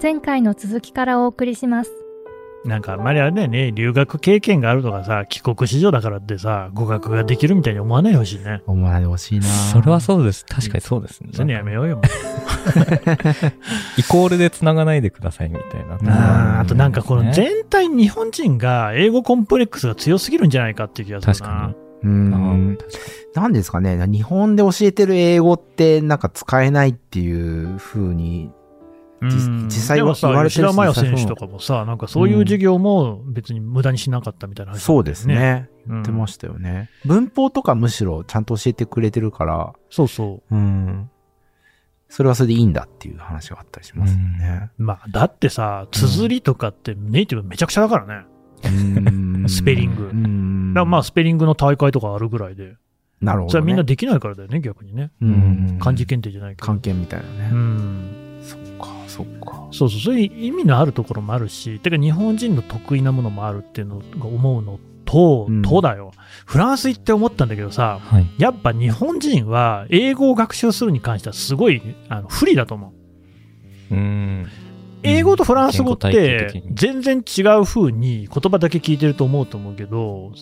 前回の続きからお送りします。なんかあんまりあれだよね、留学経験があるとかさ、帰国子女だからってさ、語学ができるみたいに思わないでほしいね。思わないでほしいな。それはそうです。確かにそうですね。それやめようよ。イコールで繋がないでくださいみたいな。うんあとなんかこの全体日本人が英語コンプレックスが強すぎるんじゃないかっていう気がす確るかな。うに。うんん。確かなんですかね。日本で教えてる英語ってなんか使えないっていう風に。うん実実際でもさ言われて吉る田麻也選手とかもさ、なんかそういう授業も別に無駄にしなかったみたいな話だったそようです。ね。言言ってましたよね。文法とかむしろちゃんと教えてくれてるから、そうそうん。それはそれでいいんだっていう話があったりしますよね。う。まあ、だってさ、綴りとかってネイティブめちゃくちゃだからね。うんスペリングうんだからまあ、スペリングの大会とかあるぐらいで。なるほど、ね。それはみんなできないからだよね、逆にね。うん漢字検定じゃないから関。係みたいなうね。ん。そっか、そっか。そうそう、そういう意味のあるところもあるし、てか日本人の得意なものもあるっていうのが思うのと、うんとだよ。フランス行って思ったんだけどさ、にはい。やっぱ日本人は英語を学習するに関してはすごいあの不利だと思う。うん。英語とフランス語っ言語体系て的に全然違う風に言葉だけ聞いてると思うと思うけど、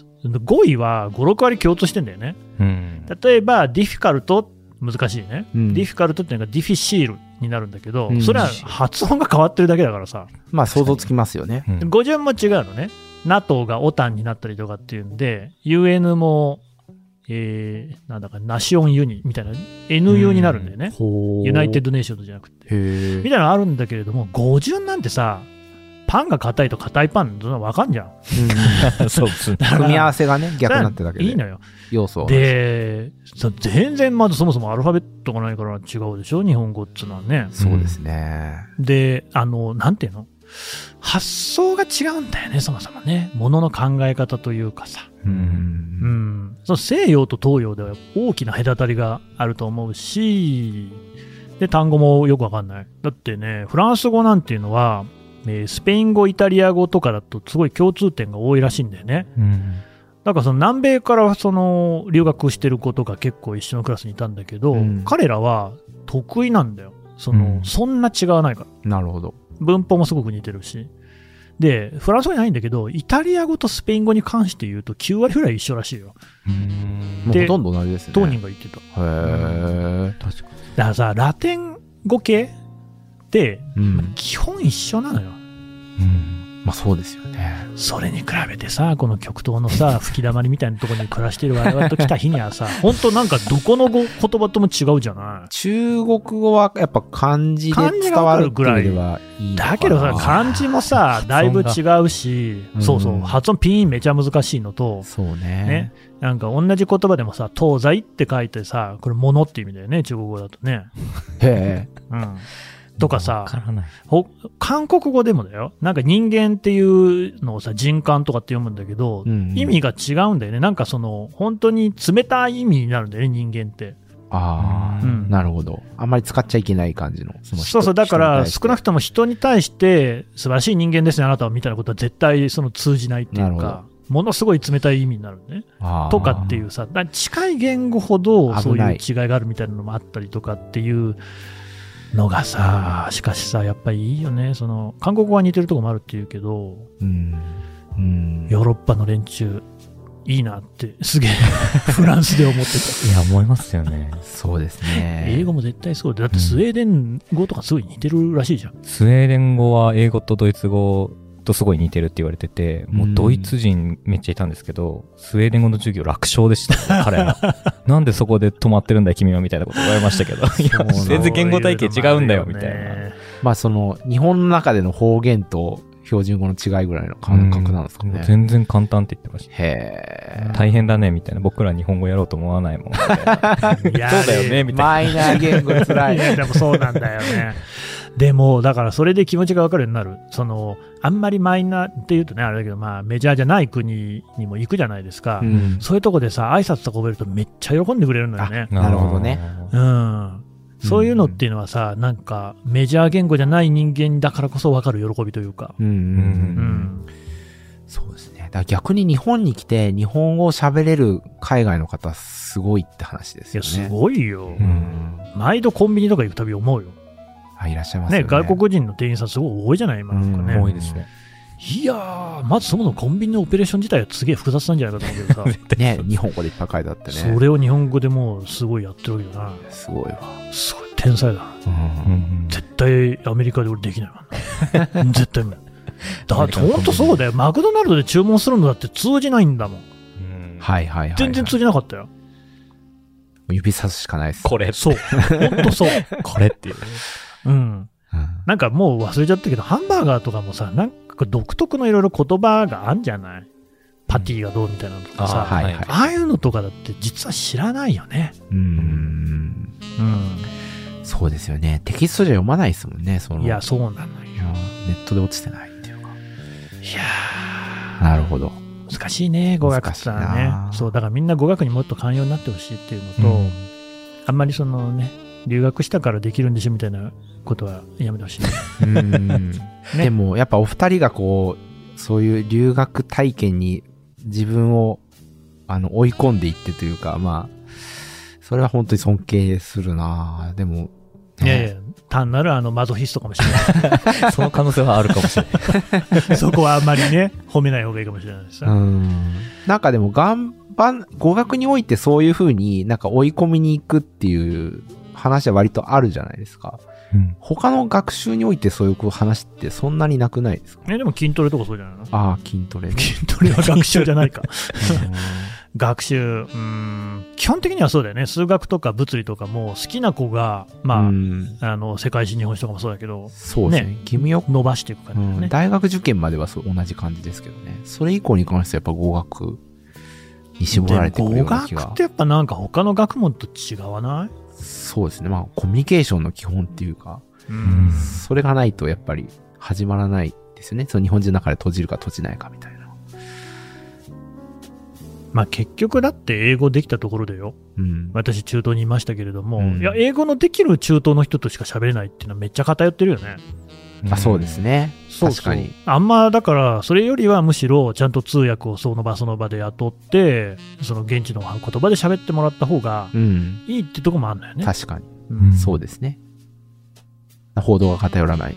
語彙は5、6割共通してんだよね。うん。例えば、ディフィカルト、難しいね。うんディフィカルトっていうのがディフィシールになるんだけどう、んそれは発音が変わってるだけだからさ。まあ想像つきますよね。うん語順も違うのね。NATO がオタンになったりとかっていうんで、UN も、えー、なんだか、ナションユニみたいな、NU になるんだよね。ユユナイテッッドネーションズじゃなくて。ド。へみえ。たいなのあるんだけれども、語順なんてさ、パンが硬いと硬いパン、そんなのわかんじゃん。 そうですね。組み合わせがね、逆になってるだけで。いいのよ。要素は。で、そ全然まずそもそもアルファベットがないから違うでしょ、日本語っつうのはね。そうですね。で、あの、なんていうの発想が違うんだよね、そもそもね。ものの考え方というかさ。うう。ん。うんん、その西洋と東洋では大きな隔たりがあると思うしで単語もよくわかんないだってねフランス語なんていうのは、えースペイン語イタリア語とかだとすごい共通点が多いらしいんだよねうんだからその南米からその留学してる子とか結構一緒のクラスにいたんだけど、うん彼らは得意なんだよその、うんそんな違わないからなるほど。文法もすごく似てるしでフランス語じゃないんだけどイタリア語とスペイン語に関して言うと9割ぐらい一緒らしいようんもうでほとんど同じですね。当人が言ってたへえ。確かだからさ、ラテン語系って、うん。基本一緒なのよ。に。うんまあそうですよね。それに比べてさ、この極東のさ、吹き溜まりみたいなところに暮らしてる我々と来た日にはさ、本当なんかどこの語言葉とも違うじゃな中国語はやっぱ漢字で伝わるぐらいではいいい。のかなだけどさ、漢字もさ、だいぶ違うし、うんそうそう、発音ピーンめちゃ難しいのと、そうねね。、なんか同じ言葉でもさ、東西って書いてさ、これ物って意味だよね、中国語だとね。へえ。うん。とかわさ、からない。ほ韓国語でもだよ。なんか人間っていうのをさ、人間とかって読むんだけど、うんうん意味が違うんだよね。なんかその、本当に冷たい意味になるんだよね、人間って。あうあ、んなるほど。あんまり使っちゃいけない感じの。その人そうそう、だから人少なに対しくとも人に対して、素晴らしい人間ですね、あなたは、みたいなことは絶対その通じないっていなるうほかど、ものすごい冷たい意味になるね。てあーとかっていうさ、だから近い言語ほどそう危いうな違いいがあるみたいなのもあったりとかっていうのがさ、しかしさ、やっぱりいいよね。その、韓国語は似てるとこもあるっていうけど、うん。うん。ヨーロッパの連中いいなってすげえ フランスで思ってたいや、思いますよね。そうですね。英語も絶対そうでだってスウェーデン語とかすごい似てるらしいじゃん、スウェーデン語は英語とドイツ語とすごい似てるって言われてて、もうドイツ人めっちゃいたんですけど、スウェーデン語の授業楽勝で した、彼ら。なんでそこで止まってるんだい君はみたいなこと言われましたけど、い そうなや、の全然言語体系違うんだよ、みたいな。なまあその、日本の中での方言と標準語の違いぐらいの感覚なんですかうね。全然簡単って言ってました。へ大変だね、みたいな。僕ら日本語やろうと思わないもん。みたいなそういやだよね、え。みたいな。マイナー言語つらいやい。でもそうなんだよね でもだからそれで気持ちが分かるようになるそのあんまりマイナーっていうとねあれだけど、まあ、メジャーじゃない国にも行くじゃないですか、うんそういうとこでさ挨拶とか覚えるとめっちゃ喜んでくれるんだよねなるほどねあうんそういうのっていうのはさ、なんかメジャー言語じゃない人間だからこそ分かる喜びというか。うんうんううんん。そうですね。だから逆に日本に来て、日本語を喋れる海外の方、すごいって話でいすよや、ね。すごいよ。ううんん毎度コンビニとか行くたび思うよ。あいらっしゃいますよね、ね。外国人の店員さんすごい多いじゃない、今なんかね。うん多いですね。いやー、まずそもそもコンビニのオペレーション自体はすげえ複雑なんじゃないかと思うけどさ、ね、日本語でいっぱい書いてあってね。それを日本語でもうすごいやってるわけだな。すごいわ。すごい、天才だな。うんうんうん絶対アメリカで俺できないもんな。絶対無理。だアっメリてカのコンビニ本当そうだよ。マクドナルドで注文するのだって通じないんだもん。うんはいはいはい。全然通じなかったよ。指さすしかないです。これ、そう。本当そう。 これっていう。うん。うんなんかもう忘れちゃったけど、ハンバーガーとかもさ、なんか独特のいろいろ言葉があんじゃないパティがどうみたいなのとかさ、ああはいははいいははいい。あいうのとかだって実は知らないよね。うん。うそうですよね。テキストじゃ読まないですもんね、その。ん。いや、そうなのよ。いやネットで落ちてないっていうか。いやなるほど。ー難しいね、語学さん難しいなはね。そう、だからみんな語学にもっと寛容になってほしいっていうのと、あんまりそのね、留学したからできるんでしょみたいなことはやめてほ しいね。うん。でも、やっぱお二人がこう、そういう留学体験に自分を、あの、追い込んでいってというか、まあ、それは本当に尊敬するなでも、いやいや、単なるあのマゾヒストかもしれその可能性はあるかもしれない。 ない。そこはあんまりね、褒めない方がいいかもしれないですね。うん。なんかでも、頑張ん、語学においてそういう風になんか追い込みに行くっていう話は割とあるじゃないですか。うん他の学習においてそういう話ってそんなになくないですかえでも筋トレとかそうじゃないのあ あ、筋トレね。筋トレは学習じゃないか。うん 学習、うーん、基本的にはそうだよね。数学とか物理とかも好きな子が、まあ、うんあの、世界史、日本史とかもそうだけど、そうですね。義務よ伸ばしていく感じだようんね。大学受験まではそう同じ感じですけどね。それ以降に関してはやっぱ語学に絞られてくるでよもう語な気学がって。やっぱなんか他の学問と違わないそうですね。まあコミュニケーションの基本っていうか、うんそれがないとやっぱり始まらないですよね。その日本人の中で閉じるか閉じないかみたいな。まあ結局だって英語できたところでよ。うん。私中東にいましたけれども、うんいや、英語のできる中東の人としか喋れないっていうのはめっちゃ偏ってるよね。あ、そうです。ね。そう確かに。あんまだから、それよりはむしろちゃんと通訳をその場その場で雇って、その現地の言葉で喋ってもらった方がうん。いいってとこもあるんだよね。確かに。うんそうですね。報道が偏らない。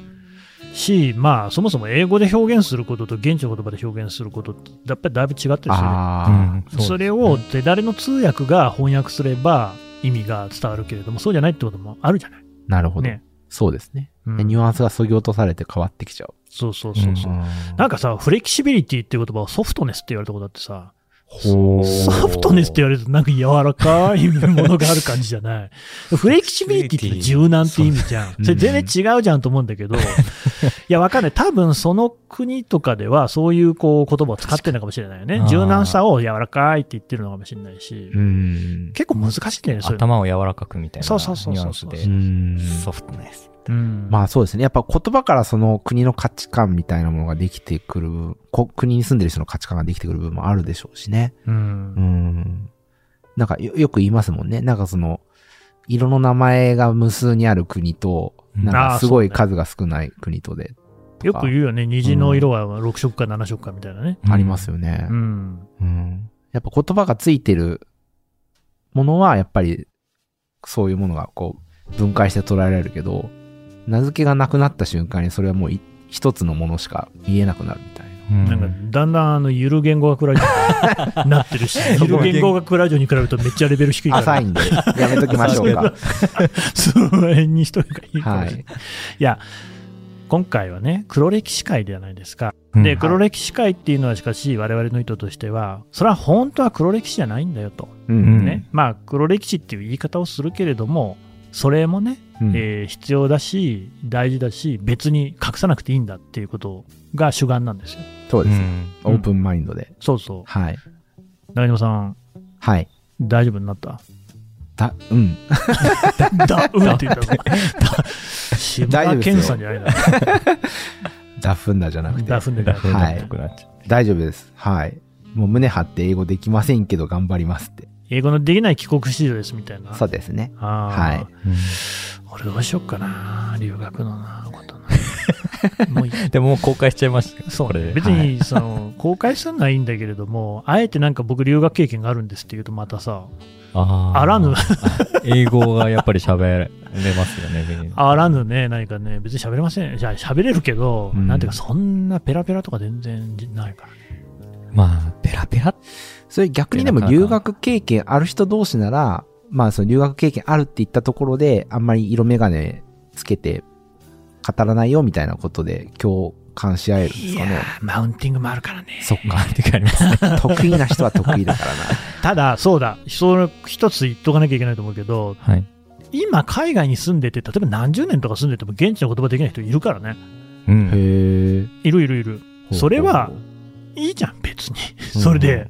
し、まあ、そもそも英語で表現することと現地の言葉で表現することって、やっぱりだいぶ違ったりするよねあうんそれを、手だれの通訳が翻訳すれば意味が伝わるけれども、そうじゃないってこともあるじゃない。あ、なるほどね。そうですね。うんニュアンスが削ぎ落とされて変わってきちゃう。そうそうそうそう。うんなんかさ、フレキシビリティっていう言葉をソフトネスって言われたことあってさ、ほうソフトネスって言われるとなんか柔らかいものがある感じじゃない。フレキシビリティって柔軟って意味じゃん。うそれ全然違うじゃんと思うんだけど、いや、わかんない。多分その国とかではそういうこう言葉を使ってるのかもしれないよね確。かに柔軟さを柔らかいって言ってるのかもしれないし、うん。結構難しいんだよね、そういうの。頭を柔らかくみたいなそうそうそうそうニュアンスでうソフトネス。うんまあそうですね。やっぱ言葉からその国の価値観みたいなものができてくる分、こ国に住んでる人の価値観ができてくる部分もあるでしょうしね。うんう。ん。なんかよよく言いますもんね。なんかその、色の名前が無数にある国と、うんなんあかーすごいそう数が少ない国とで。よく言うよね、虹の色は6色か7色かみたいなね。ありますよねう。ん。うん。やっぱ言葉がついてるものは、やっぱり、そういうものがこう、分解して捉えられるけど、名付けがなくなった瞬間にそれはもうい一つのものしか言えなくなるみたいな。うん。なんか、だんだん、あの、ゆる言語学ラジオになってるし、ゆる言語学ラジオに比べるとめっちゃレベル低いから、浅いんで、やめときましょうか。その辺にしとけばいいかもしれな。はいい。今回はね、黒歴史会じゃないですか。うんで、黒歴史会っていうのはしかし、我々の意図としては、それは本当は黒歴史じゃないんだよと。ううんん。ね。まあ、黒歴史っていう言い方をするけれども、それもね、うんえー必要だし、大事だし、別に隠さなくていいんだっていうことが主眼なんですよ。そうです、ねうんオープンマインドで。そうそはい。う。中島さん、はい。大丈夫になっただ、うん。 だ、うんって言ったの。志村けんさんじゃないな。ダフンだじゃなくて。ダフンでなうんはいダフンっぽくなっちゃう大丈夫です。はい。もう胸張って英語できませんけど頑張りますって。英語のできない帰国子女ですみたいな。そうですね。あーはいうん俺どうしよっかな。留学のな、ことな。もういいでももう公開しちゃいました。そうこれね、で別はいに、その、公開するのはいいんだけれども、あえてなんか僕留学経験があるんですって言うとまたさ、あーあらぬ。英語がやっぱり喋れます よね、別にあらぬね、何かね、別に喋れません。じゃあ喋れるけど、うんなんていうかそんなペラペラとか全然ないから。まあ、ペラペラ。それ逆にでも留学経験ある人同士なら、まあその留学経験あるって言ったところで、あんまり色眼鏡つけて語らないよみたいなことで共感し合えるんですかね。マウンティングもあるからね。そっか、ってかありますね。得意な人は得意だからな。 ただ、そうだ、その一つ言っとかなきゃいけないと思うけど、はい。今海外に住んでて、例えば何十年とか住んでても現地の言葉できない人いるからね。うん。へえ。いるいるいる。それは、いいじゃん、別に。 それで。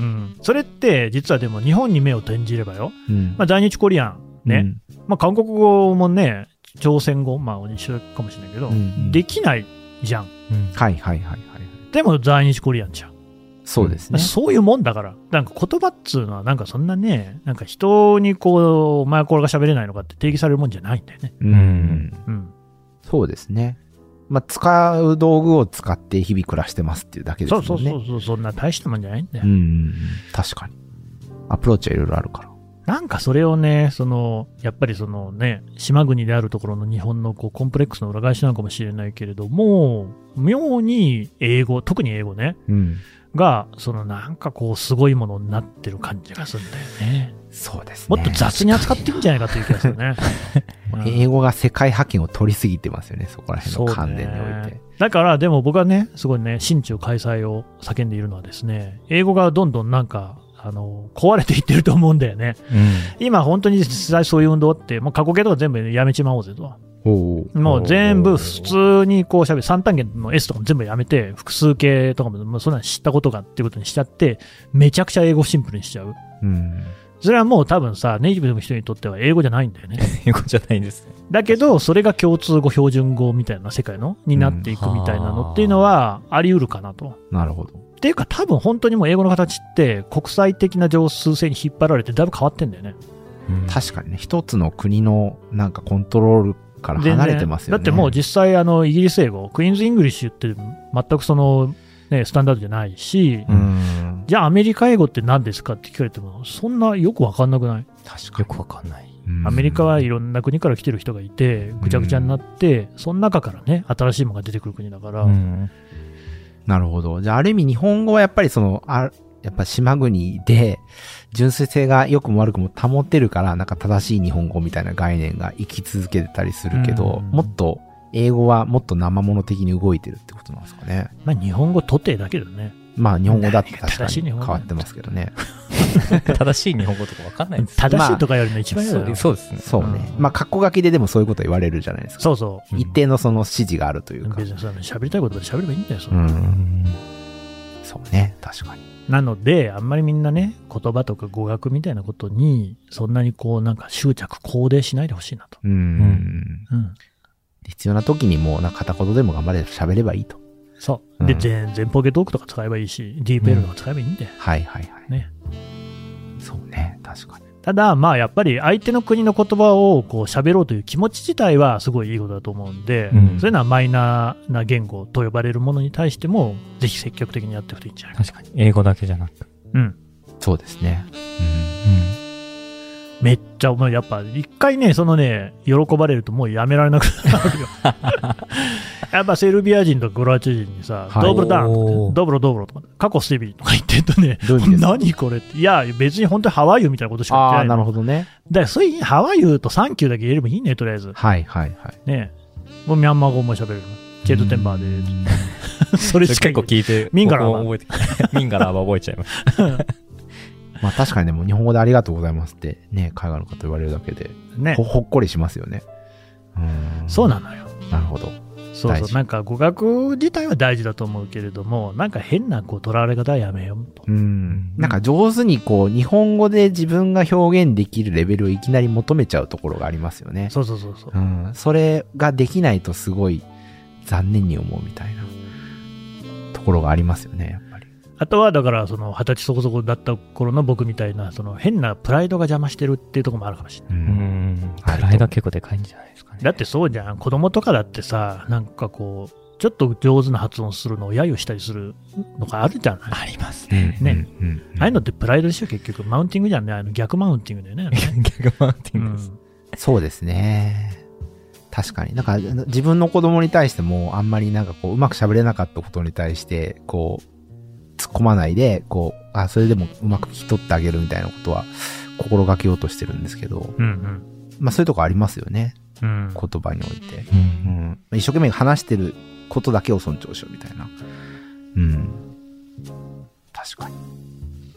うん。それって、実はでも日本に目を転じればよ。うんまあ、在日コリアン、ね。まあ、韓国語もね、朝鮮語、まあ、一緒かもしれないけど、うんうんできないじゃん。うんはいはいはいはい。でも在日コリアンじゃん。そうですね。そういうもんだから。なんか言葉っつうのは、なんかそんなね、なんか人にこう、お前はこれが喋れないのかって定義されるもんじゃないんだよね。ううんん。うん。そうですね。まあ使う道具を使って日々暮らしてますっていうだけですそもうんね。そうそうそう、そんな大したもんじゃないんだよ。うん。確かに。アプローチはいろいろあるから。なんかそれをね、その、やっぱりそのね、島国であるところの日本のこうコンプレックスの裏返しなのかもしれないけれども、妙に英語、特に英語ね、うん。が、そのなんかこう、すごいものになってる感じがするんだよね。そうですもね。っと雑に扱っていいんじゃないかという気がするね。 英語が世界覇権を取りすぎてますよね、そこら辺の観念においそうてね。だから、でも僕はね、すごいね、新中開催を叫んでいるのはですね、英語がどんどんなんか、あの、壊れていってると思うんだよね。今本当に実際そういう運動って、もう過去形とか全部やめちまおうぜと。おうもう全部普通にこう喋る。三単元の S とかも全部やめて、複数形とかも、もうそんなの知ったことがっていうことにしちゃって、めちゃくちゃ英語シンプルにしちゃう。うん。それはもう多分さ、ネイティブの人にとっては英語じゃないんだよね。 英語じゃないんですね。だけど、それが共通語、標準語みたいな世界のになっていくみたいなうんはのあっていうのはあり得るかなと。なるほど。っていうか多分本当にもう英語の形って国際的な常数性に引っ張られてだいぶ変わってんだよね。確かにね、一つの国のなんかコントロールから離れてますよね。だってもう実際あのイギリス英語クイーンズ・イングリッシュって全くその、ね、スタンダードじゃないし、うん。じゃあアメリカ英語って何ですかって聞かれてもそんなよくわかんなくない、確かよくわかんない。に。アメリカはいろんな国から来てる人がいてぐちゃぐちゃになって、その中からね新しいものが出てくる国だから、うんなるほど。じゃあ、ある意味日本語はやっぱりその、あやっぱ島国で、純粋性が良くも悪くも保てるから、なんか正しい日本語みたいな概念が生き続けてたりするけど、うんもっと、英語はもっと生物的に動いてるってことなんですかね。まあ、日本語とてだけどねまあ、日本語だって確か正しいに日変本語わってますけどね。 正しい日本語とかわかんないです。正しいとかよりも一番嫌だそよ、うそうですね。そうね。うんまあ、格好書きででもそういうこと言われるじゃないですか。そうそうん一定のその指示があるといううか。別にその喋りたいことで喋ればいいんだよそんうな、ん。んそうね。確かに。なので、あんまりみんなね、言葉とか語学みたいなことに、そんなにこう、なんか執着、肯定しないでほしいなと。うん。ううん。必要な時にもう、なんか片言でも頑張れ喋ればいいと。そう。で、うん全然ポケトークとか使えばいいし、ディープエルとか使えばいいんで。はいはいはい。ね。そうね。確かに。ただ、まあ、やっぱり相手の国の言葉をこう、喋ろうという気持ち自体はすごいいいことだと思うんで、うんそういうのはマイナーな言語と呼ばれるものに対しても、ぜひ積極的にやっていくといいんじゃないか。確かに。英語だけじゃなく。うん。そうですね。めっちゃ、もうやっぱ、一回ね、そのね、喜ばれるともうやめられなくな るよ。やっぱセルビア人とかゴラチ人にさ、はいドブロダンおードブロドブロとか、過去スティビーとか言ってるとね、 どういう意味ですか何これって、いや、別に本当にハワイユみたいなことしか言ってあなあ、いの。なるほどね。だから、そういう、ハワイユとサンキューだけ言えればいいね、とりあえず。はいはいはい。ね。もうミャンマー語も喋れる。チェートテンバーでで。ー、それし結か構聞いて、ミンガラは僕も覚えて、 ミンガラは覚えちゃいました。まあ確かにでも日本語でありがとうございますってね、海外の方言われるだけで、ねほ。ほっこりしますよね。うん。そうなのよ。なるほど。そう大そう。事なんか語学自体は大事だと思うけれども、なんか変なこう、とらわれ方はやめようと。うん。なんか上手にこう、日本語で自分が表現できるレベルをいきなり求めちゃうところがありますよね。そうそうそうそう。うん。それができないとすごい残念に思うみたいなところがありますよね、やっぱり。あとはだからその二十歳そこそこだった頃の僕みたいなその変なプライドが邪魔してるっていうところもあるかもしれない。ううーんん。プライドは結構でかいんじゃないですかね。だってそうじゃん子供とかだってさなんかこうちょっと上手な発音するのを揶揄したりするのがあるじゃないあありますね。ねうんうんうんあいうのってプライドでしょ結局マウンティングじゃんねあの逆マウンティングだよねあれねギャグマウンテうィングです。んそうですね。確かに。なんか自分の子供に対してもあんまりなんかこううまく喋れなかったことに対してこう突っ込まないでこうあそれでもうまく聞き取ってあげるみたいなことは心がけようとしてるんですけど、うんまあそういうとこありますよね。うんうん言葉において。ううんん。一生懸命話してることだけを尊重しようみたいな。うん。確かに。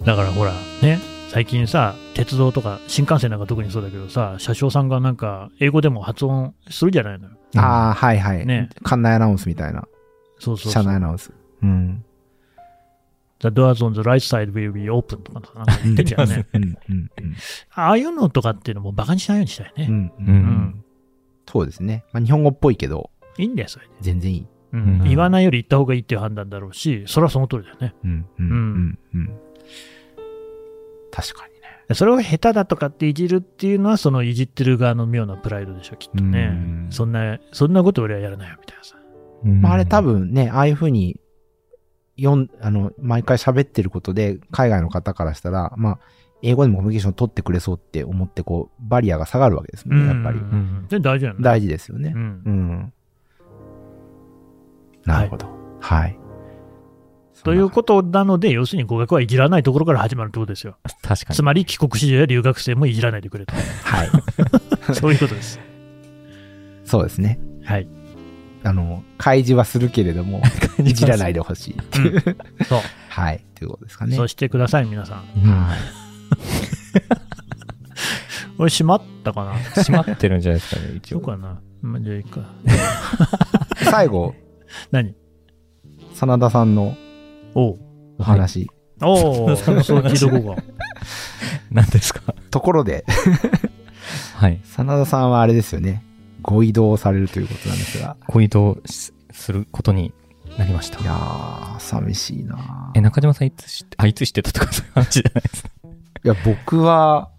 だからほらね最近さ鉄道とか新幹線なんか特にそうだけどさ車掌さんがなんか英語でも発音するじゃないのようんああ、はいはい。ね館内アナウンスみたいな。そうそうそ車う内アナウンス。うん。 The doors on the right side will be open とかなんか言ってるじゃんねうんうんうん。ああいうのとかっていうのもバカにしないようにしたいね、うんううんん。そうですね。まあ、日本語っぽいけど、いいんだよそれで、全然いい。うんうん言わないより言った方がいいっていう判断だろうしそれはその通りだよねうん、うん、うん、うん。確かにね。それを下手だとかっていじるっていうのはそのいじってる側の妙なプライドでしょきっとねうんそんなそんなこと俺はやらないよみたいなさうんまあ、あれ多。分ね、ああいうふうに、読ん、あの、毎回喋ってることで、海外の方からしたら、まあ、英語でもコミュニケーション取ってくれそうって思って、こう、バリアが下がるわけですもんね、やっぱりう。んで大事なんだ、大事ですよねう。んうん。なるほど。はい。ということなので要するに語学はいじらないところから始まるってことですよ確かにつ。まり帰国子女や留学生もいじらないでくれとはい。そういうことですそうですね。はいあの、開示はするけれど も、いじらないでほしいっていう。そうはい。ということですかね。そうしてください皆さんうん俺閉まったか な閉まってるんじゃないですか ね、一そう応。かなまあじゃあいいか最後、何真田さんのお うお話、おうそうそう聞いとこうか何ですかところで、はい。真田さんはあれですよね。ご移動されるということなんですが。恋とすすることになりましたい。やー、寂しいなえ、中島さんいつ知って、あ、いつ知ってたとかそういう話じゃないですか。いや、僕は、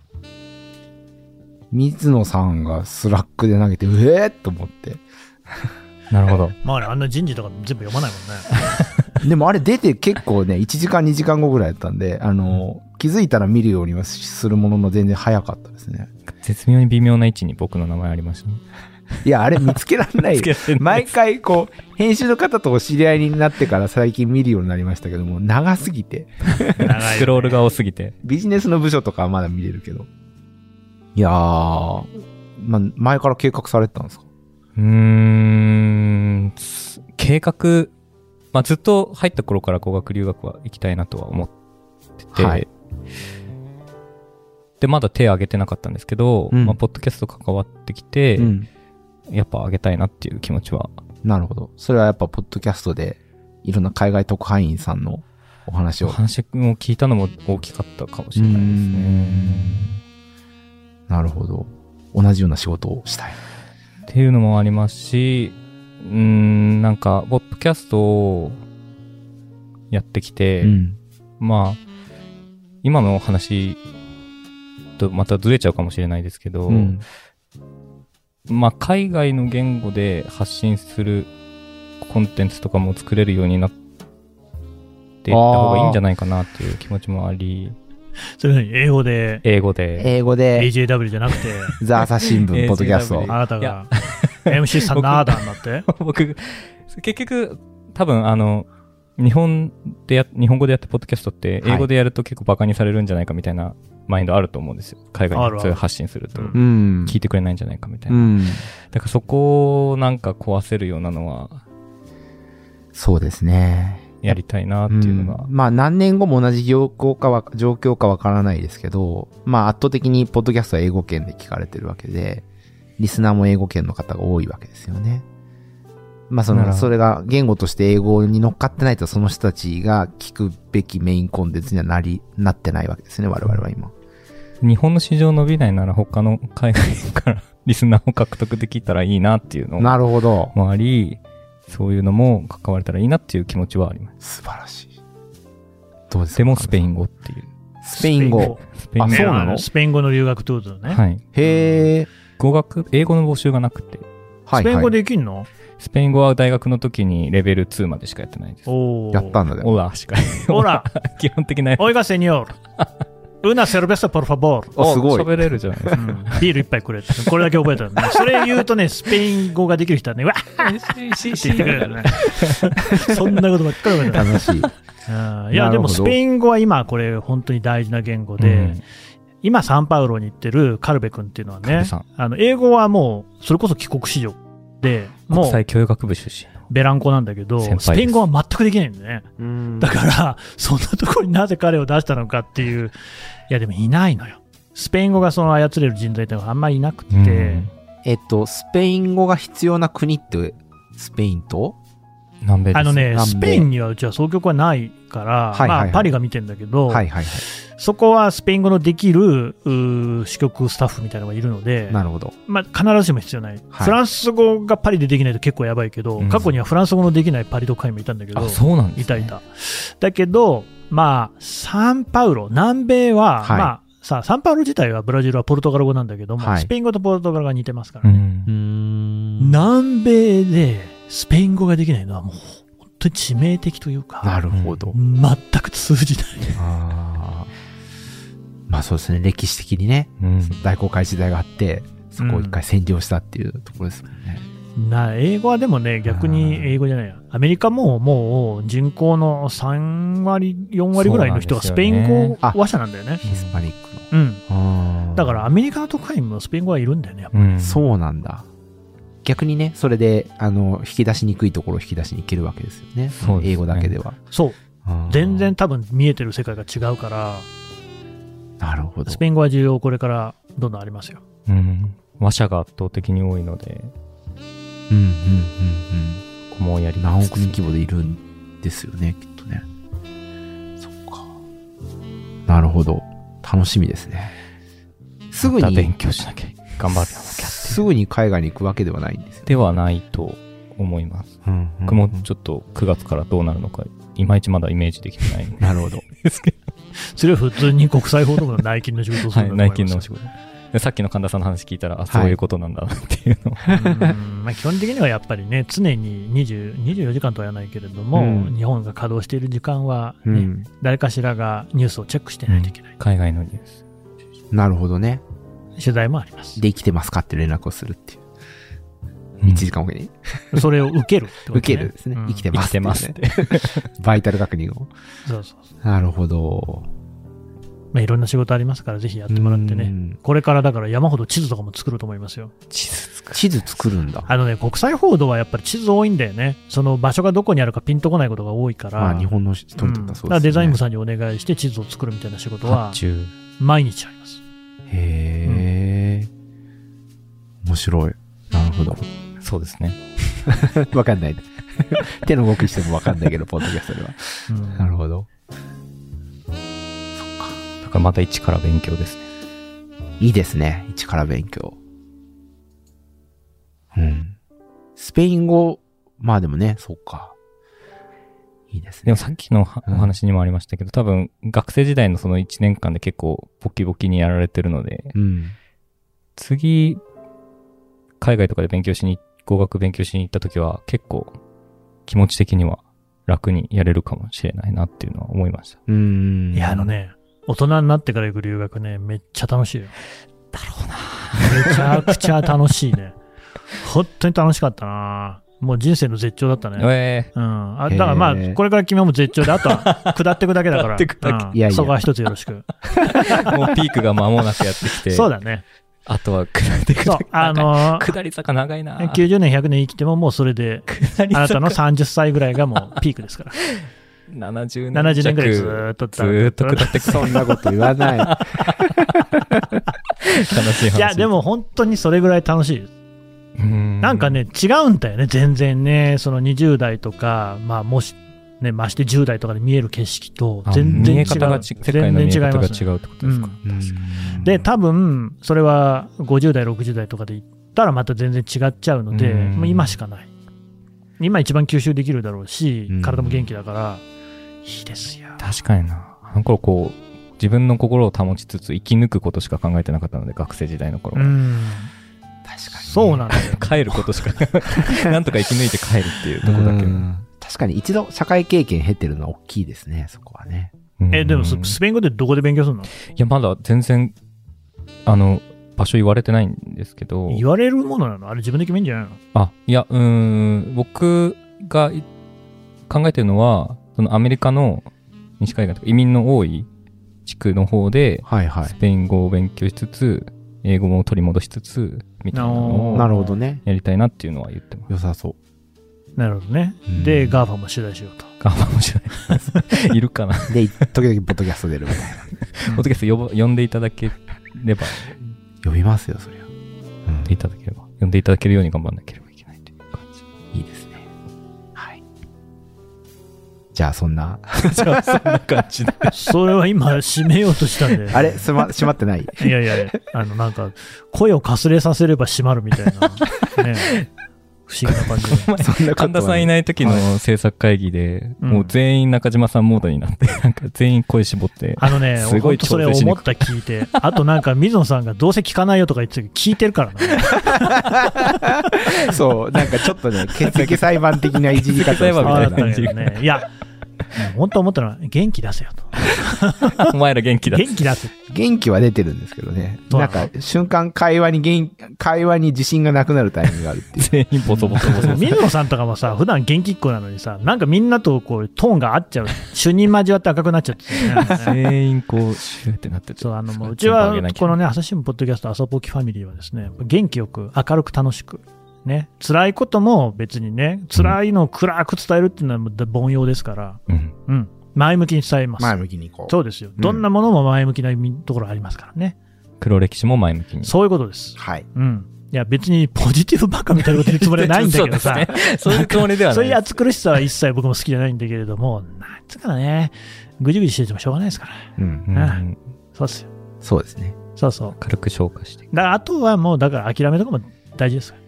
水野さんがスラックで投げて、うえーと思って。 なるほど。まあねあんな人事とか全部読まないもん ねでもあれ出て結構ね、1時間2時間後ぐらいだったんで、あの、気づいたら見るようにはするものの全然早かったですね。絶妙に微妙な位置に僕の名前ありましたね。いや、あ れ見つけられないよつけられない毎回こう、編集の方とお知り合いになってから最近見るようになりましたけども、長すぎて。長いスクロールが多すぎて。ビジネスの部署とかはまだ見れるけど。いやー、まあ、前から計画されてたんですかうーん、す計画、まあ、ずっと入った頃から語学留学は行きたいなとは思ってて、はいで、まだ手を挙げてなかったんですけど、うんまあ、ポッドキャスト関わってきて、ん。やっぱ上げたいなっていう気持ちは、なるほど。それはやっぱ、ポッドキャストで、いろんな海外特派員さんのお話おを。話を聞いたのも大きかったかもしれないですね。なるほど。同じような仕事をしたい。っていうのもありますし、うーん、なんか、ポッドキャストをやってきて、ん。まあ、今の話とまたずれちゃうかもしれないですけど、うん。まあ、海外の言語で発信するコンテンツとかも作れるようになっていった方がいいんじゃないかなっていう気持ちもあり、それ何英語で英語で。英語で、 AJW じゃなくてザーサ新聞、 AJW ポッドキャストえ。あなたいやが MC サナーダになって 僕、結局、多分あの、日本でや、日本語でやったポッドキャストって、はい英語でやると結構バカにされるんじゃないかみたいなマインドあると思うんですよ。海あ外るあにるそういう発信するとう。んうん。聞いてくれないんじゃないかみたいうな。ん。だからそこをなんか壊せるようなのはそうですね。やりたいなっていうのが。んまあ何年後も同じ状況かは状況かわからないですけど、まあ圧倒的にポッドキャストは英語圏で聞かれてるわけで、リスナーも英語圏の方が多いわけですよね。まあそなるの、ほどそれが言語として英語に乗っかってないとその人たちが聞くべきメインコンテンツにはなり、なってないわけですね、我々は今。日本の市場伸びないなら他の海外からリスナーを獲得できたらいいなっていうのなるほど。もあり、そういうのも関われたらいいなっていう気持ちはあります。素晴らしい。どうですかでもスペイン語っていう。スペイン語。スペインあ語そうなのスペイン語の留学ってことだね。はい。へえ。語学、英語の募集がなくて。はい、はスペい。イン語できんの、スペイン語は大学の時にレベル2までしかやってないです。おお。やったんだね。オラしか。ほ ら、基本的なやつ。オイガセニョール。una cerveza por favor。あ、すごい。喋れるじゃないですうか。んビール一杯くれってこれだけ覚えたのね。それ言うとね、スペイン語ができる人はね、わっって言ってくれるからね。 そんなことばっかり覚えた楽しい。うんいや、でもなるほどスペイン語は今、これ、本当に大事な言語で、うん今、サンパウロに行ってるカルベ君っていうのはカルベねさん、あの英語はもう、それこそ帰国子女で、も国う際教育学部出身の。ベランコなんだけど、先輩ですスペイン語は全くできないんだね。だから、そんなところになぜ彼を出したのかっていう、いや、でもいないのよ。スペイン語がその操れる人材っていうのはあんまりいなくて、うんえっと、スペイン語が必要な国って、スペインと南米です。あのね、南米スペインにはうちは総局はないから、はいはいはいまあ、パリが見てんだけど、はいはいはい。そこはスペイン語のできるうー支局スタッフみたいなのがいるので、なるほど。まあ、必ずしも必要ない,、フランス語がパリでできないと結構やばいけど、うん過去にはフランス語のできないパリ特派員もいたんだけど、あ、そうなんですねいたいた。だけど、まあ、サンパウロ、南米は、はいまあ、さサンパウロ自体はブラジルはポルトガル語なんだけども、はいスペイン語とポルトガル語が似てますかうらね、ん。んな南米でスペイン語ができないのはもう本当に致命的というか、るほど。全く通じない。あーまあそうですね、歴史的にね、うん大航海時代があって、そこを一回占領したっていうところですもんね。な英語はでもね、逆に英語じゃないや、アメリカももう人口の3割、4割ぐらいの人がそスうなペんイですよねン語話者なんだよね。ヒスパニックのうん。。あーだからア、メリカの特派員もスペイン語はいるんだよね、やっぱうんそうなんだ。逆にね、それで、あの、引き出しにくいところを引き出しにいけるわけですよね。そうですね英語だけでは。そう。あー全然。多分見えてる世界が違うから、なるほどス。ペイン語は重要、これからどんどんありますよ。うん。話者が圧倒的に多いので、うんうんうんうん。ここもやり何ます億人規模でいるんですよね、きっとね。そっか。なるほど。楽しみですね。すぐまた勉に、強しなきゃ。頑張らなきゃってすぐに海外に行くわけではないんですよ。ではないと思います。うん僕もちょっと9月からどうなるのか、いまいちまだイメージできてないんなるほど。ですけど。それは普通に国際報道部の内勤の仕事をすはるい、んだ内と思い勤のまおす仕事。でさっきの神田さんの話聞いたら、あ、そういうことなんだなっていうのを。うんまあ基本的にはやっぱりね、常に20 24時間とは言わないけれども、うん日本が稼働している時間はうね、ん。誰かしらがニュースをチェックしてないといけない、海外のニュース。なるほどね。取材もあります。で、生きてますかって連絡をするっていう。うん1時間後にそれを受けるってこと、ね、受けるですねう。ん生きて生まきすってていうね。ますって。 バイタル確認を。そうそうそうなるほど。まあ、いろんな仕事ありますから、ぜひやってもらってうね。んこれからだから山ほど地図とかも作ると思いますよ。地図作地図作るんだ。あのね、国際報道はやっぱり地図多いんだよね。その場所がどこにあるかピンとこないことが多いから。まあ、日本の人にとってはそんだうですね。からデザイン部さんにお願いして地図を作るみたいな仕事は発注。毎日あります。へえ。面白い。なるほど。そうですね。わかんない。手の動きしてもわかんないけど、ポッドキャストでは。うんなるほど。だからまた一から勉強ですね。いいですね。一から勉強。うん。スペイン語、まあでもね、そうか。いいですねでも。さっきのはうおん話にもありましたけど、多分学生時代のその1年間で結構ボキボキにやられてるので、うん。次、海外とかで勉強しに、語学勉強しに行った時は結構気持ち的には楽にやれるかもしれないなっていうのは思いました。うん。いや、あの。ね、大人になってから行く留学ね、めっちゃ楽しいよ。だろうなめちゃくちゃ楽しいね。本当に楽しかったなもう人生の絶頂だった ね。えうん。あだからまへーあ、これから君はもう絶頂で、あと は下ってくだけだから。下ってくだけうんいやいやそこは一つよろしく。ー、もうピークが間もなくやってき て、そうだね。あとは下ってくそうだけ。。あ長いのー、下り坂長いな90年、100年生きてももうそれで、下りあなた坂の30歳ぐらいがもうピーク ですから。 70年70年ぐらいず弱ーっとずーっと下ってくそんなこと言わない。悲しい話。いや、でも本当にそれぐらい楽しいです。うーん、なんかね、違うんだよね、全然ね。その20代とか、まあ、もし、ね、まして10代とかで見える景色とあ、全然違見う。え方がち世界の見え方が違うってことですか。 うんで、多分、それは50代、60代とかで行ったらまた全然違っちゃうので、うんもう今しかない。今一番吸収できるだろうしうん、体も元気だから、いいですよ。確かにな。あの頃こう、自分の心を保ちつつ生き抜くことしか考えてなかったので、学生時代の頃うは。ん。確かに。そうなんだよ。 帰ることし か、なんとか生き抜いて帰るっていうとこだけう。ん確かに一度社会経験経ってるのは大きいですね、そこはね。うんえ、でもスいスペイン語ってどこで勉強するのや、まだ全然、あの、場所言われてないんですけど。言われるものなのあれ自分で決めんじゃないのあ、いや、うーん、僕がい考えてるのは、そのアメリカの西海岸とか移民の多い地区の方で、はいはス。ペイン語を勉強しつつ、英語も取り戻しつつ、みたいなのおーをなるほどね。やりたいなっていうのは言ってます。良さそなるほどね。う。で、が、ガーファも取材しようと。あ、面白い。い るかな。で、 時々ポッドキャスト出るみたいな。おとけば呼んでいただければ、呼びますよ、そりゃ。うんいただければ、呼んでいただけるように頑張らなければいけないという感じ。いいですね。はい。じゃあ、そんな。 じゃあ、そんな感じで。それは今、締めようとしたんで。あれ、すま、閉まって ないいやいやいや、あの、なんか、声をかすれさせれば閉まるみたいな、ね、不思議な感じで。そんなことは神田さんいない時の制作会議で、うんもう全員中島さんモードにな って、なんか全員声絞って、あのね、 すご本い当それ調整し思にくいった聞い て、あとなんか水野さんがどうせ聞かないよとか言ってたけど、聞いてる からね。そう、なんかちょっと ね、欠席裁判的ないじり方をして欠席裁判みあたあいっなたけどね。いや、本当思ったのは、元気出せよと。お前ら元気だ。元気出せ。元気は出てるんですけどね。そうななんのか、瞬間会話に元気、会話に自信がなくなるタイミングがあるっていう。全員ボ ソボソボソ。水野さんとかもさ、普段元気っ子なのにさ、なんかみんなとこう、トーンが合っちゃう。主任交わって赤くなっちゃって たよね。全員こう、シューってなっててそう、あの、もう、そううちは全部あげな、きゃこのね、朝日新聞ポッドキャスト、朝ポキファミリーはですね、元気よく、明るく楽しく、ね、辛いことも別にね、辛いのを暗く伝えるっていうのはもう凡庸ですから、うん。うん、前向きに伝えます。前向きにこう。そうですよ。どんなものも前向きなところありますからね。黒歴史も前向きに。そういうことです。はい。うん。いや、別にポジティブばっかみたいなこと言うつもりは ないんだけどさ。そうですねそういうつもりではそなういうい。暑苦しさは一切僕も好きじゃないんだけれども、なんつうかね、ぐじぐじしててもしょうがないですから。うん。うんそうですよ。そうですね。そうそう。軽く消化して。だからあとはもう、だから諦めとかも大事ですから。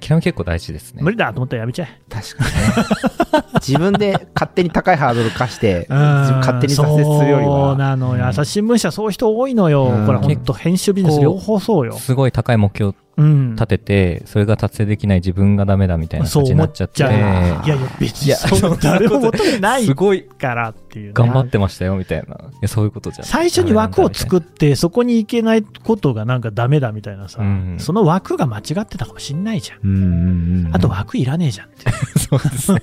諦め結構大事ですね無。理だと思ったらやめちゃえ。確かにね。自分で勝手に高いハードル課 して、うん自分勝手に挫折するよりそうは。なのよ。うん朝日新聞社、そういう人多いのよ。うんこれ、ほんと、編集ビジネス両方そうよ。すごい高い目標をうん。立てて、それが達成できない自分がダメだみたいなそ感うじに思なっっちちゃゃっってて。い。やいや、別いにやそんな誰も求めてないすごいからっていうね。頑張ってましたよみたいな。いや、そういうことじゃん。最初に枠を作っって、そこに行けないことがなんかダメだみたいなさうん、その枠が間違ってたかもしんないじゃん。うんうんうん。あと枠いらねえじゃんって。 そうですね。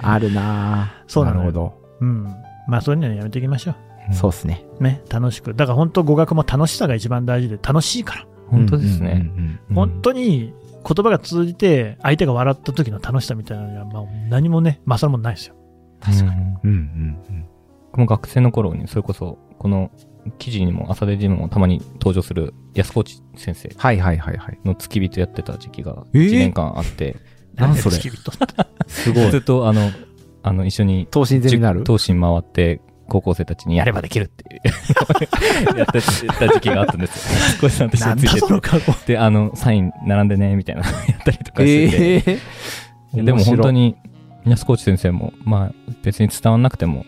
あるなぁそうななのよるほど。うん。まあ、そういうのはやめていきましょそうですね。う。ね。楽しく。だから本当語学も楽しさが一番大事で、楽しいから。本当ですね。うんうんうん。本当に言葉が通じて、相手が笑った時の楽しさみたいなのには、まあ、何もね、勝るもんないですよ。確かに。うんうん僕も学生の頃に、それこそ、この記事にも、朝出ジムもたまに登場する安河内先生はいはいはいはい。の付き人やってた時期がえー1年間あって、なんそれ なんで付き人ってすごいず。っとあの、あの、一緒に、等身全になる東進回って、高校生たちにやればできるっていう、やってた時期があったんですよ。 安河内さんなんと一緒につだいてその格好。て、で、あの、サイン並んでね、みたいな、 やったりとかしてて。ええいやでも本当に。に、安コーチ先生も、まあ別に伝わんなくても、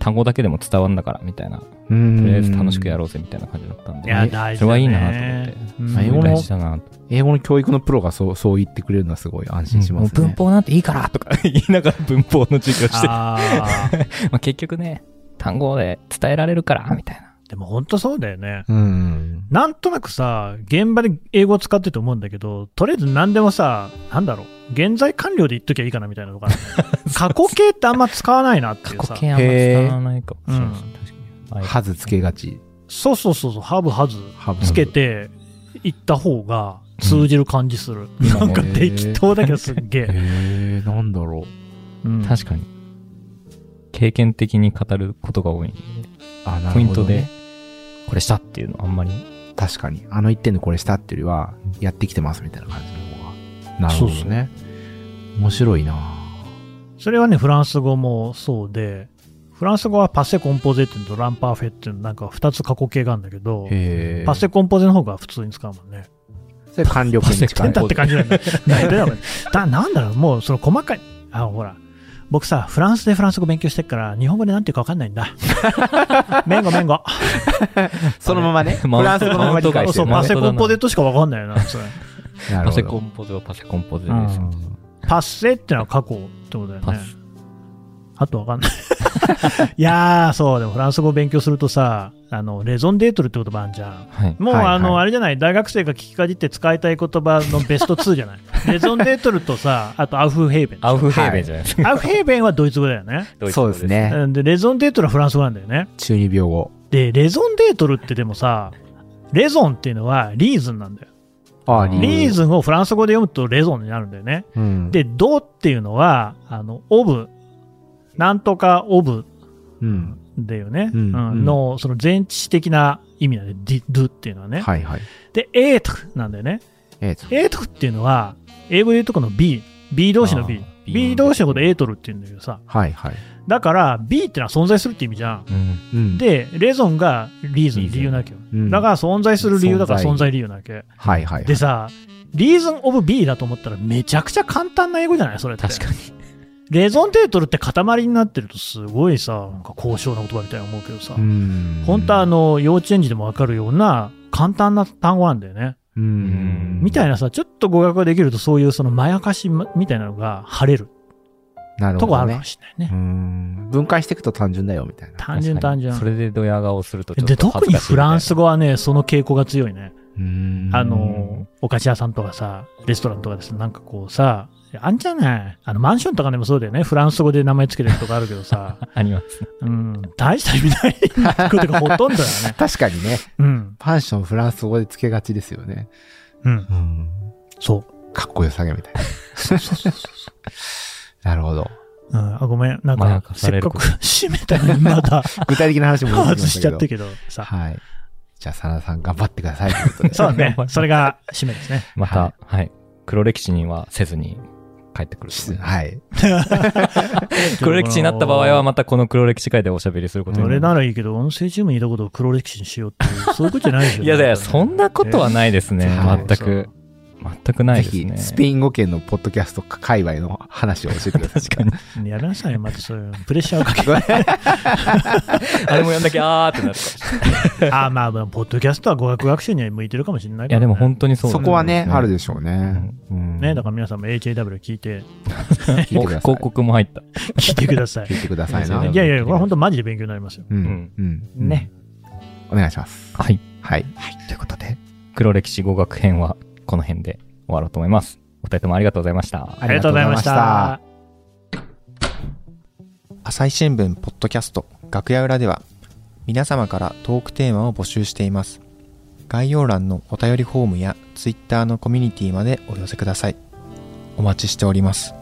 単語だけでも伝わんだからみたいな、ととりあえず楽しくやろろうぜみたいな感じだったんいで、や、大事そだね。れはいいなと思って。うんす最ご後いの大事だなと。う。英語の教育のプロがそう、そう言ってくれるのはすごい安心しもまうすね。文法なんていいからとか言いながら 文法の授業して、まあーあ結局ね、単語で伝えられるからみたいな。でも本当そうだよね。うん。なんとなくさ、現場で英語を使ってて思うんだけど、とりあえず何でもさ、なんだろう、現在完了で言っときゃいいかなみたいなのがあるね、 過去形ってあんま使わないなっていう過去さ。形あんま伝わらないかもしれないへーですね。確かに。はずつけがち。そうそうそうそう、ハブハズはずつけて言った方が通じる感じする。今なんもかね適当だけどすっげ へえ。え、なんだろう。うん確かに。経験的に語ることが多いんで。あ、なポイるンほトどでね。、これしたっていうのあんまり。確かに。あの一点でこれしたっていうよりは、やってきてますみたいな感じの方が。なるほどそうね。面白いなそれはね、フランス語もそうで、フランス語はパセコンポゼっていうのとランパーフェっていうのなんか2つ過去形があるんだけど、へえ。パセコンポゼの方が普通に使うもんね。それ完了形に近ペ いン。タって感じなんだ。なんでだろうだなんだろう、もうその細かい、あ、ほら、僕さ、フランスでフランス語勉強してっから、日本語でなんていうかわかんないんだ。めんごめんご。そのままね。 フマウンランス語のまま理解マしてウントがそう、る。パマウンセトだなコンポテトしかわかんないよな、それ。なるパほセコど。ンポゼはパセコンポゼうです。んパッセってのは過去ってことだよパねス。あとわかんない。 いやー、そう、でもフランス語勉強するとさ、あの、レゾンデートルって言葉あんじゃん。はい。もう、はいはいあの、あれじゃない、大学生が聞きかじって使いたい言葉のベスト2じゃない。レゾンデートルとさ、あとアウフヘーベン。アウフヘーベンじゃないですか。アウフヘーベンはドイツ語だよね。ドイツ語そうです。ね。うんで、レゾンデートルはフランス語なんだよね。中二病語。で、レゾンデートルってでもさ、レゾンっていうのはリーズンなんだよ。ああ、うんリーズンをフランス語で読むとレゾンになるんだよね。うん、で、ドっていうのは、あの、オブ、なんとかオブうん。だよね。うんうんの、その前置詞的な意味なんで、ディドゥっていうのはね。はいはい。で、エートなんだよね。えっ、と。エートっていうのは、英語で言うとこの B、B 同士の B あ。ー B 同士のことエートルって言うんだけどさ。はいはい。だから、B ってのは存在するって意味じゃん。うん。うん、で、レゾンがリーズン、リーズン理由なわけよ。うんだから存在する理由だから存存在在理由なわけ。はいはい。でさ、リーズンオブ B だと思ったらめちゃくちゃ簡単な英語じゃないそれって。確かに。レゾンデートルって塊になってるとすごいさ、なんか高尚な言葉みたいに思うけどさ、うん。本当はあの、幼稚園児でもわかるような簡単な単語なんだよね。うん。みたいなさ、ちょっと語学ができるとそういうそのまやかしみたいなのが晴れるなるとほこあどるかねも。しれないね。うん。分解していくと単純だよ、みたいな。単純単純。それでドヤ顔するとちょっとで、特にフランス語はね、その傾向が強いね。うん。あの、お菓子屋さんとかさ、レストランとかですね、なんかこうさ、あんじゃないあの、マンションとかでもそうだよね。フランス語で名前つけてるとかあるけど さ、ありますね。うん、大した意味ないことがほとんどだよね。確かにね、うん、パンションフランス語で付けがちですよね。うん、うん。そかっこよさげみたいな。 なるほど。う。うん、あごめん、なんまあなんかか、させれっるかこくと閉めたのにま だ具体的な話も出てきま 外しちゃったけどけどさ。はい。じゃあ、サナさん頑張ってくださいということで。そう ね、それが締めですね。また、はい。黒歴史にはせずに帰ってくると 思います。はい。黒歴史になった場合は、またこの黒歴史会でおしゃべりすることにそなれる。ならいいけど、音声チームにいたことを黒歴史にしようっていう、そういうことじゃないでしょ。 いやいや、そんなことはないですねえー。全く。全くないぜでひ、すスね。ペイン語圏のポッドキャスト界隈の話を教えてく ださい。確かに。やりなさいよ、またそういうプレッシャーをかけあれもやんなきゃあーってなるかもしれないて。 あーまあまあ、ポッドキャストは語学学習には向いてるかもしれないいかや、らね、でも本当にそうそこはね、あるででしょうね。うんね、だから皆さんも HAW 聞いて、すね。聞いておくだ広さい。告も入った。聞いてくだ さい。聞いてくださいな。聞いやいや、これ本当マジで勉強になりますよ。うん。うん。ね。お願いします。はい。はい。ということで、黒歴史語学編はこの辺で終わろうと思います。お二人ともありがとうございました。ありがとうございましありがとうございましたた。朝日新聞ポッドキャスト楽屋裏では皆様からトークテーマを募集しています概要欄のお便りフォームや Twitter のコミュニティまでお寄せくださいお待ちしております